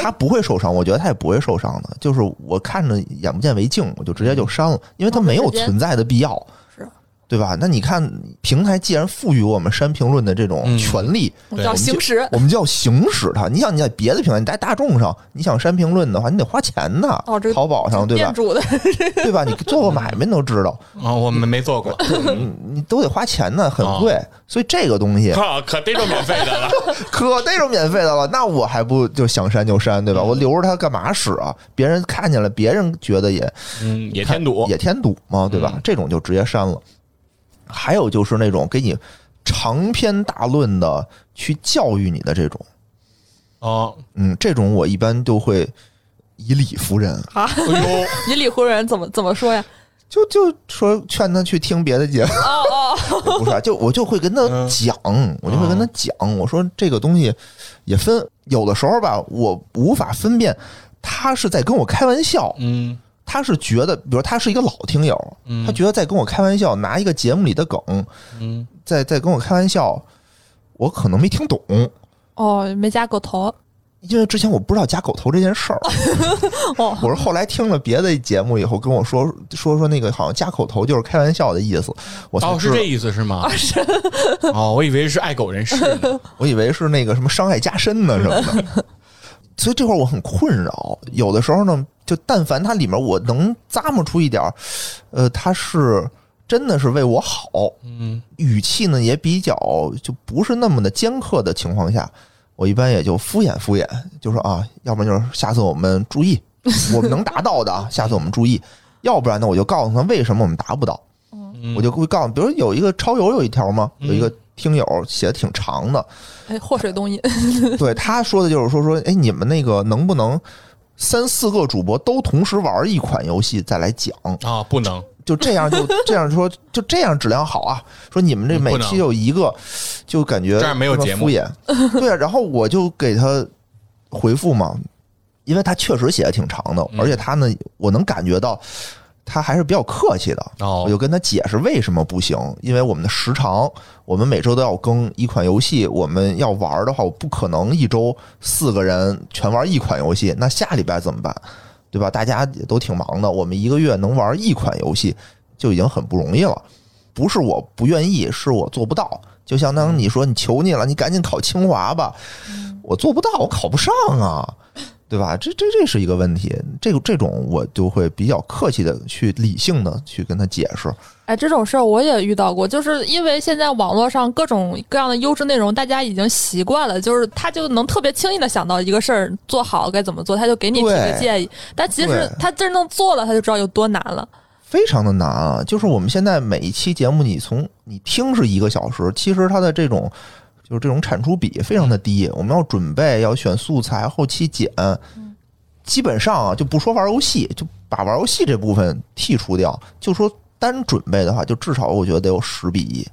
D: 他不会受伤，我觉得他也不会受伤的。就是我看着眼不见为净，我就直接就删了，因为他没有存在的必要，
A: 是
D: 对吧？那你看，平台既然赋予我们删评论的这种
C: 嗯
D: 权利，
A: 我
C: 对
A: 叫行使，
D: 我们就要行使它。你想你在别的平台，你在大众上，你想删评论的话，你得花钱的，
A: 哦这个
D: 淘宝上对
A: 店？
D: 吧
A: 主的
D: 对吧？你做过买卖你都知道，
C: 哦，我们没做过，
D: 你你都得花钱呢，很贵。所以这个东西
C: 靠，可逮着免费的 了。
D: 可那种免费的了，那我还不就想删就删，对吧？我留着它干嘛使啊？别人看见了，别人觉得也
C: 嗯，也添堵。
D: 也添堵嘛，对吧？
C: 嗯
D: 这种就直接删了。还有就是那种给你长篇大论的去教育你的这种，
C: 哦，
D: 嗯，这种我一般都会以理服人，
A: 啊，
C: 哎呦，
A: 以理服人怎么怎么说呀？
D: 就就说劝他去听别的节目，
A: 哦哦，
D: 不是啊，就我就会跟他
C: 嗯
D: 讲，我就会跟他讲，我说这个东西也分，有的时候吧，我无法分辨他是在跟我开玩笑，
C: 嗯
D: 他是觉得，比如他是一个老听友，
C: 嗯
D: 他觉得在跟我开玩笑，拿一个节目里的梗，
C: 嗯，
D: 在在跟我开玩笑，我可能没听懂，
A: 哦，没加狗头，
D: 因为之前我不知道加狗头这 件事儿，
A: 哦，
D: 我是后来听了别的节目以后跟我说说说那个好像加口头就是开玩笑的意思，我才
C: 哦，是
D: 知道
C: 这意思是吗？哦，我以为是爱狗人士呢。
D: 我以为是那个什么伤害加深呢什么的。所以这块我很困扰。有的时候呢，就但凡它里面我能咂摸出一点儿，呃，它是真的是为我好，
C: 嗯，
D: 语气呢也比较就不是那么的尖刻的情况下，我一般也就敷衍敷衍，就说啊，要不然就是下次我们注意，我们能达到的，啊，下次我们注意；要不然呢，我就告诉他为什么我们达不到，
C: 嗯
D: 我就会告诉，比如有一个超友有一条嘛，有一个听友写的挺长的，
A: 哎，祸水东引，
D: 对他说的就是说说，哎，你们那个能不能三四个主播都同时玩一款游戏再来讲？
C: 啊，不能，
D: 就这样就这样说，就这样质量好啊！说你们这
C: 嗯
D: 每
C: 不能
D: 期有一个，就感觉
C: 这样没有节目
D: 敷衍。对啊，然后我就给他回复嘛，因为他确实写的挺长的，
C: 嗯
D: 而且他呢，我能感觉到他还是比较客气的。
C: 哦
D: 我就跟他解释为什么不行，因为我们的时长，我们每周都要更一款游戏，我们要玩的话，我不可能一周四个人全玩一款游戏，那下礼拜怎么办？对吧？大家也都挺忙的，我们一个月能玩一款游戏就已经很不容易了。不是我不愿意，是我做不到。就相当于你说你求你了，你赶紧考清华吧，啊我做不到，我考不上啊，对吧？这这这是一个问题。这个这种我就会比较客气的去理性的去跟他解释。
A: 哎，这种事儿我也遇到过，就是因为现在网络上各种各样的优质内容，大家已经习惯了，就是他就能特别轻易的想到一个事儿做好该怎么做，他就给你提个
D: 对
A: 建议。但其实
D: 对
A: 他真正做了，他就知道有多难了。
D: 非常的难啊！就是我们现在每一期节目，你从你听是一个小时，其实它的这种就是这种产出比非常的低。我们要准备，要选素材，后期剪，基本上啊就不说玩游戏，就把玩游戏这部分剔除掉，就说单准备的话，就至少我觉得得有十比一。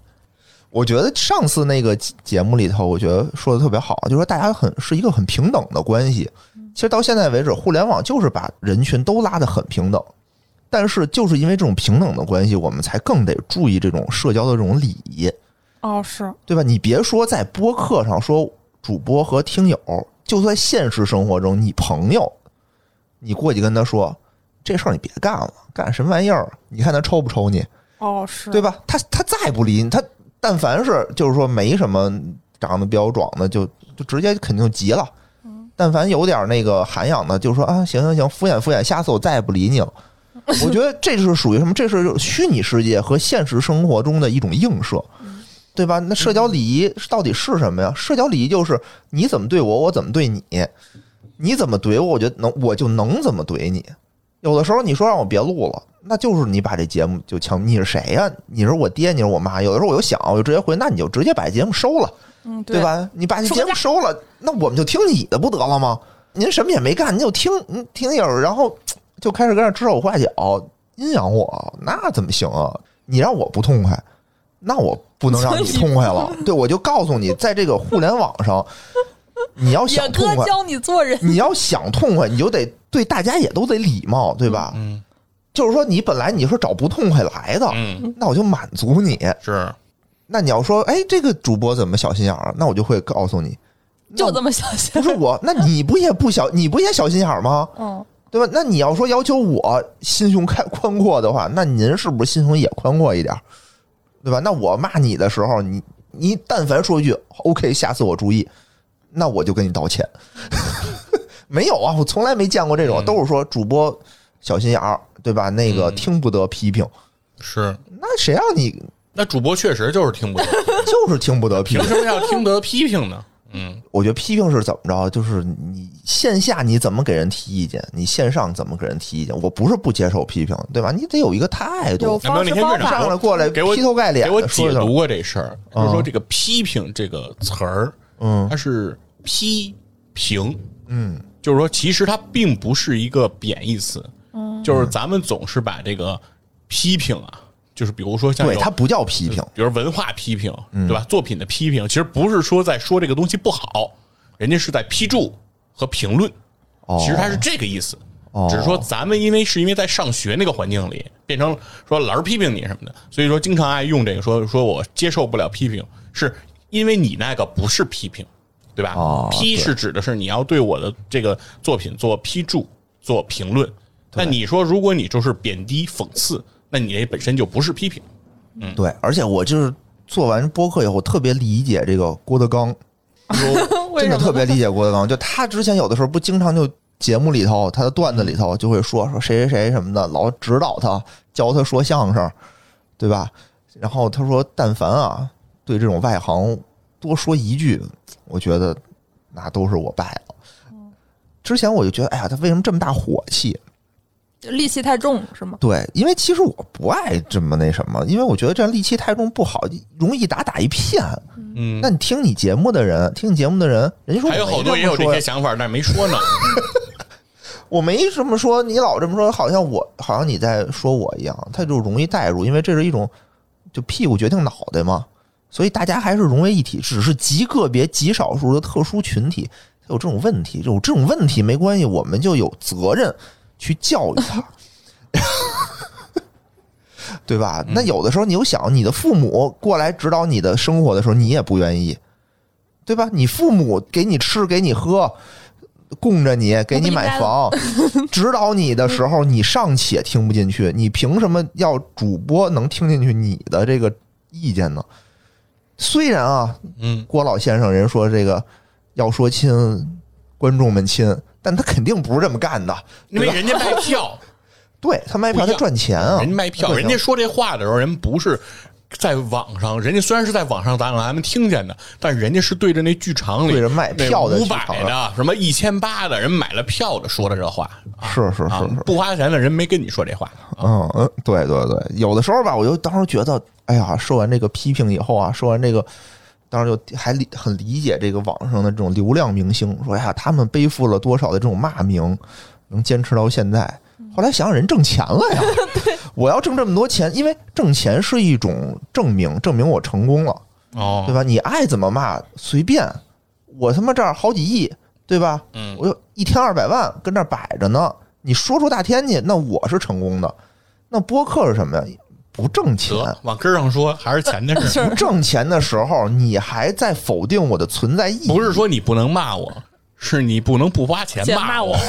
D: 我觉得上次那个节目里头，我觉得说的特别好，啊就说大家很是一个很平等的关系。其实到现在为止，互联网就是把人群都拉得很平等，但是就是因为这种平等的关系，我们才更得注意这种社交的这种礼仪，
A: 哦，是，
D: 对吧？你别说在播客上说主播和听友，就在现实生活中，你朋友，你过去跟他说这事儿你别干了，干什么玩意儿？啊你看他抽不抽你？
A: 哦，是
D: 对？吧？他他再不理你，他但凡是就是说没什么长得比较壮的，就就直接肯定就急了。但凡有点那个涵养的，就说啊，行行行，敷衍敷衍，下次我再也不理你了。我觉得这是属于什么？这是虚拟世界和现实生活中的一种映射，对吧？那社交礼仪到底是什么呀？社交礼仪就是你怎么对我，我怎么对你，你怎么怼我，我就能我就能怎么怼你。有的时候你说让我别录了，那就是你把这节目就强，你是谁呀、你是我爹，你是我妈。有的时候我就想，我就直接回，那你就直接把节目收了，
A: 嗯，
D: 对？吧？你把这
A: 收
D: 节
A: 个
D: 目收了，那我们就听你的不得了吗？您什么也没干，您就听您听一会儿，然后嘖就开始跟那指手画脚阴阳我，那怎么行啊？你让我不痛快，那我不能让
A: 所
D: 你
A: 以
D: 痛快了。对，我就告诉你，在这个互联网上，你要 想
A: 野
D: 痛
A: 哥
D: 快，
A: 教你做人，
D: 你要想痛快，你就得对大家也都得礼貌，对吧？
C: 嗯
D: 就是说，你本来你是找不痛快来的，
C: 嗯，
D: 那我就满足你。
C: 是
D: 那你要说，哎，这个主播怎么小心眼儿？啊那我就会告诉你，
A: 就这么小心
D: 不。是我，那你不也不小，你不也小心眼儿吗？
A: 嗯，
D: 对吧？那你要说要求我心胸开宽阔的话，那您是不是心胸也宽阔一点儿？对吧？那我骂你的时候，你你但凡说一句 “OK”，下次我注意，那我就跟你道歉。 没有啊，我从来没见过这种，
C: 嗯
D: 都是说主播小心眼儿，对吧？那个
C: 嗯
D: 听不得批评，
C: 是，
D: 那谁让你
C: 那主播确实就是听不 得，
D: 就是听不得批
C: 凭什
D: 评？
C: 么要听得批评呢？嗯，
D: 我觉得批评是怎么着？就是你线下你怎么给人提意见，你线上怎么给人提意见？我不是不接受批评，对吧？你得有一个态
A: 有
D: 度。
C: 那没有
A: 方
C: 你
A: 式
C: 先
A: 方
C: 院长
A: 法
D: 上来过来
C: 给我
D: 劈头盖脸
C: 给我
D: 的说
C: 解
D: 一
C: 读
D: 下，
C: 过这事儿，就
D: 啊
C: 是说这个“批评”这个词儿，
D: 嗯
C: 它是批评，
D: 嗯，
C: 就是说其实它并不是一个贬义词，
A: 嗯
C: 就是咱们总是把这个批评啊，就是比如说像
D: 对，嗯
C: 有
D: 它不叫批评，
C: 比如文化批评，对吧？作品的批评，其实不是说在说这个东西不好，人家是在批注和评论，
D: 哦
C: 嗯其实它是这个意思。
D: 哦
C: 只是说咱们因为是因为在上学那个环境里，变成说老师批评你什么的，所以说经常爱用这个说说我接受不了批评，是因为你那个不是批评，对吧？
D: 哦
C: 批
D: 对
C: 是指的是你要对我的这个作品做批注、做评论。那你说，如果你就是贬低、讽刺，那你这本身就不是批评。
D: 哦对。而且我就是做完播客以后，特别理解这个郭德纲，
A: 为
D: 真
A: 什么
D: 的特别理解郭德纲，就他之前有的时候不经常就节目里头，他的段子里
A: 嗯
D: 头就会说说谁谁谁什么的，老指导他，教他说相声，对吧？然后他说，但凡啊，对这种外行多说一句，我觉得那都是我败了。
A: 哦
D: 之前我就觉得，哎呀，他为什么这么大火气？
A: 戾气太重是吗？
D: 对，因为其实我不爱这么那什么，因为我觉得这样戾气太重不好，容易打打一片。
C: 嗯
D: 那，你听你节目的人，听你节目的人，人家说
C: 还有
D: 我
C: 好
D: 没
C: 多也
D: 么
C: 有这
D: 说呀
C: 些想法，但没 说呢。
D: 我没这么说，你老这么说，好像我好像你在说我一样，他就容易带入，因为这是一种就屁股决定脑袋嘛，所以大家还是融为一体，只是极个别、极少数的特殊群体他有这种问题，有这种问题没关系，我们就有责任去教育他， 对吧？那有的时候你又想，你的父母过来指导你的生活的时候，你也不愿意，对吧？你父母给你吃，给你喝。供着你，给你买房，指导你的时候，你尚且听不进去，你凭什么要主播能听进去你的这个意见呢？虽然啊，
C: 嗯，
D: 郭老先生人说这个要说亲，观众们亲，但他肯定不是这么干的。
C: 因为人家卖票，
D: 对他卖票，
C: 不一
D: 他
C: 样
D: 赚钱啊，
C: 人家卖票，
D: 对
C: 人家说这话的时候，人不是在网上，人家虽然是在网上咱咱们听见的，但是人家是对着那剧场里
D: 对着卖票的
C: 五
D: 剧
C: 百
D: 场
C: 的、什么一千八的人买了票的说的这话啊，
D: 是是
C: 啊
D: 是是，
C: 不花钱的人没跟你说这 话。
D: 嗯嗯，对对对，有的时候吧，我就当时觉得，哎呀，受完这个批评以后啊，受完这个，当时就还理很理解这个网上的这种流量明星，说哎呀，他们背负了多少的这种骂名，能坚持到现在。后来想想，人挣钱了 呀，我要挣这么多钱，因为挣钱是一种证明，证明我成功了。对
C: 哦，
D: 吧？你爱怎么骂随便，我他妈这儿好几亿，对吧？
C: 嗯
D: 我有一天二百万跟这儿摆着呢，你说出大天去，那我是成功的。那播客是什么呀？不挣钱，
C: 得往根儿上说，还是钱的事儿。
D: 不挣钱的时候，你还在否定我的存在意 义。
C: 不是说你不能骂我，是你不能不花钱
A: 钱
C: 骂
A: 骂 我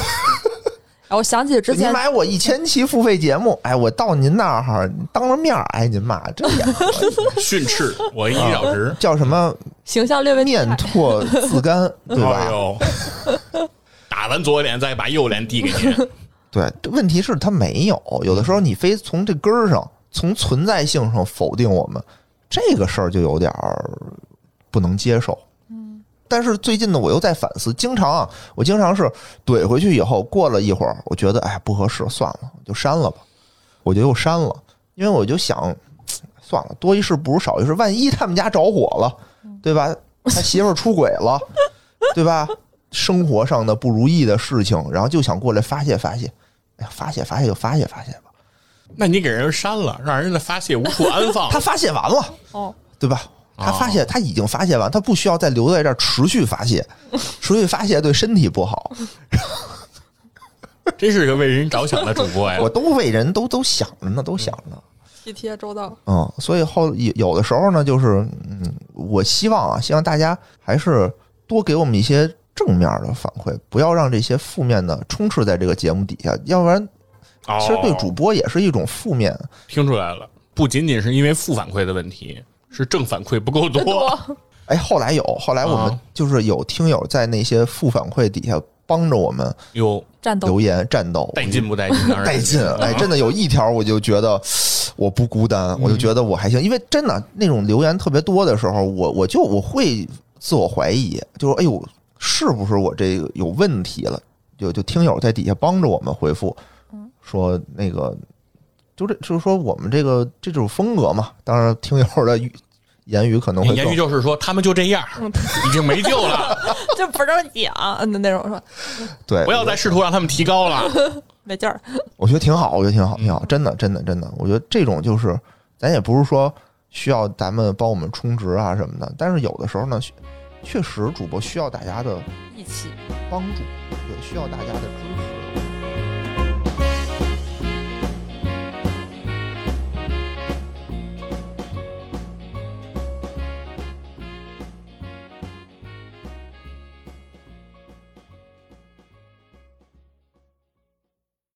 A: 然哎后我想起之
D: 你
A: 前
D: 买我一千期付费节目，哎，我到您那儿哈，当着面儿挨您骂，这也可 以
C: 训斥我一小时。
D: 叫什么？
A: 形象略微
D: 面唾自干，对吧？
C: 哎呦，打完左脸再把右脸递给 您，
D: 对，这问题是它没有，有的时候你非从这根儿上，从存在性上否定我们，这个事儿就有点儿不能接受。但是最近呢，我又在反思，经常啊，我经常是怼回去以后，过了一会儿，我觉得哎不合适，算了，我就删了吧，我就又删了，因为我就想，算了，多一事不如少一事，万一他们家着火了，对吧？他媳妇儿出轨了，对吧？生活上的不如意的事情，然后就想过来发泄发泄，哎呀，发泄发泄就发泄发泄吧。
C: 那你给人删了，让人家发泄无处安放
D: 他。发泄完了，
A: 哦，
D: 对吧？他发泄，他已经发泄完，他不需要再留在这儿持续发泄，持续发泄对身体不好。
C: 真是个为人着想的主播呀！
D: 我都为人都都想着呢，都想着。
A: 体贴周到。
D: 嗯，所以后有有的时候呢，就是嗯，我希望啊，希望大家还是多给我们一些正面的反馈，不要让这些负面的充斥在这个节目底下，要不然
C: 哦
D: 其实对主播也是一种负面。
C: 听出来了，不仅仅是因为负反馈的问题，是正反馈不够多。
D: 哎，后来有，后来我们
C: 啊
D: 就是有听友在那些负反馈底下帮着我们
C: 哟，
A: 战斗
D: 留言战斗，
C: 带劲不带劲？啊当然
D: 带劲！哎，真的有一条我就觉得我不孤
C: 嗯
D: 单，我就觉得我还行，因为真的那种留言特别多的时候，我我就我会自我怀疑，就是哎呦，是不是我这个有问题了？就就听友在底下帮着我们回复，说那个就这就是说我们这个这种风格嘛，当然听友的语言语可能会嗯
C: 言
D: 更
C: 语就是说，他们就这样，已经没救 了，
A: 就不正讲的啊嗯那种说
D: 对，
C: 不要再试图让他们提高了。
A: 没劲儿，
D: 我觉得挺好，我觉得挺好，挺好，真的，真的，真的，我觉得这种就是，咱也不是说需要咱们帮我们充值啊什么的，但是有的时候呢，确确实主播需要大家的
A: 一起。
D: 帮助，对，需要大家的支持。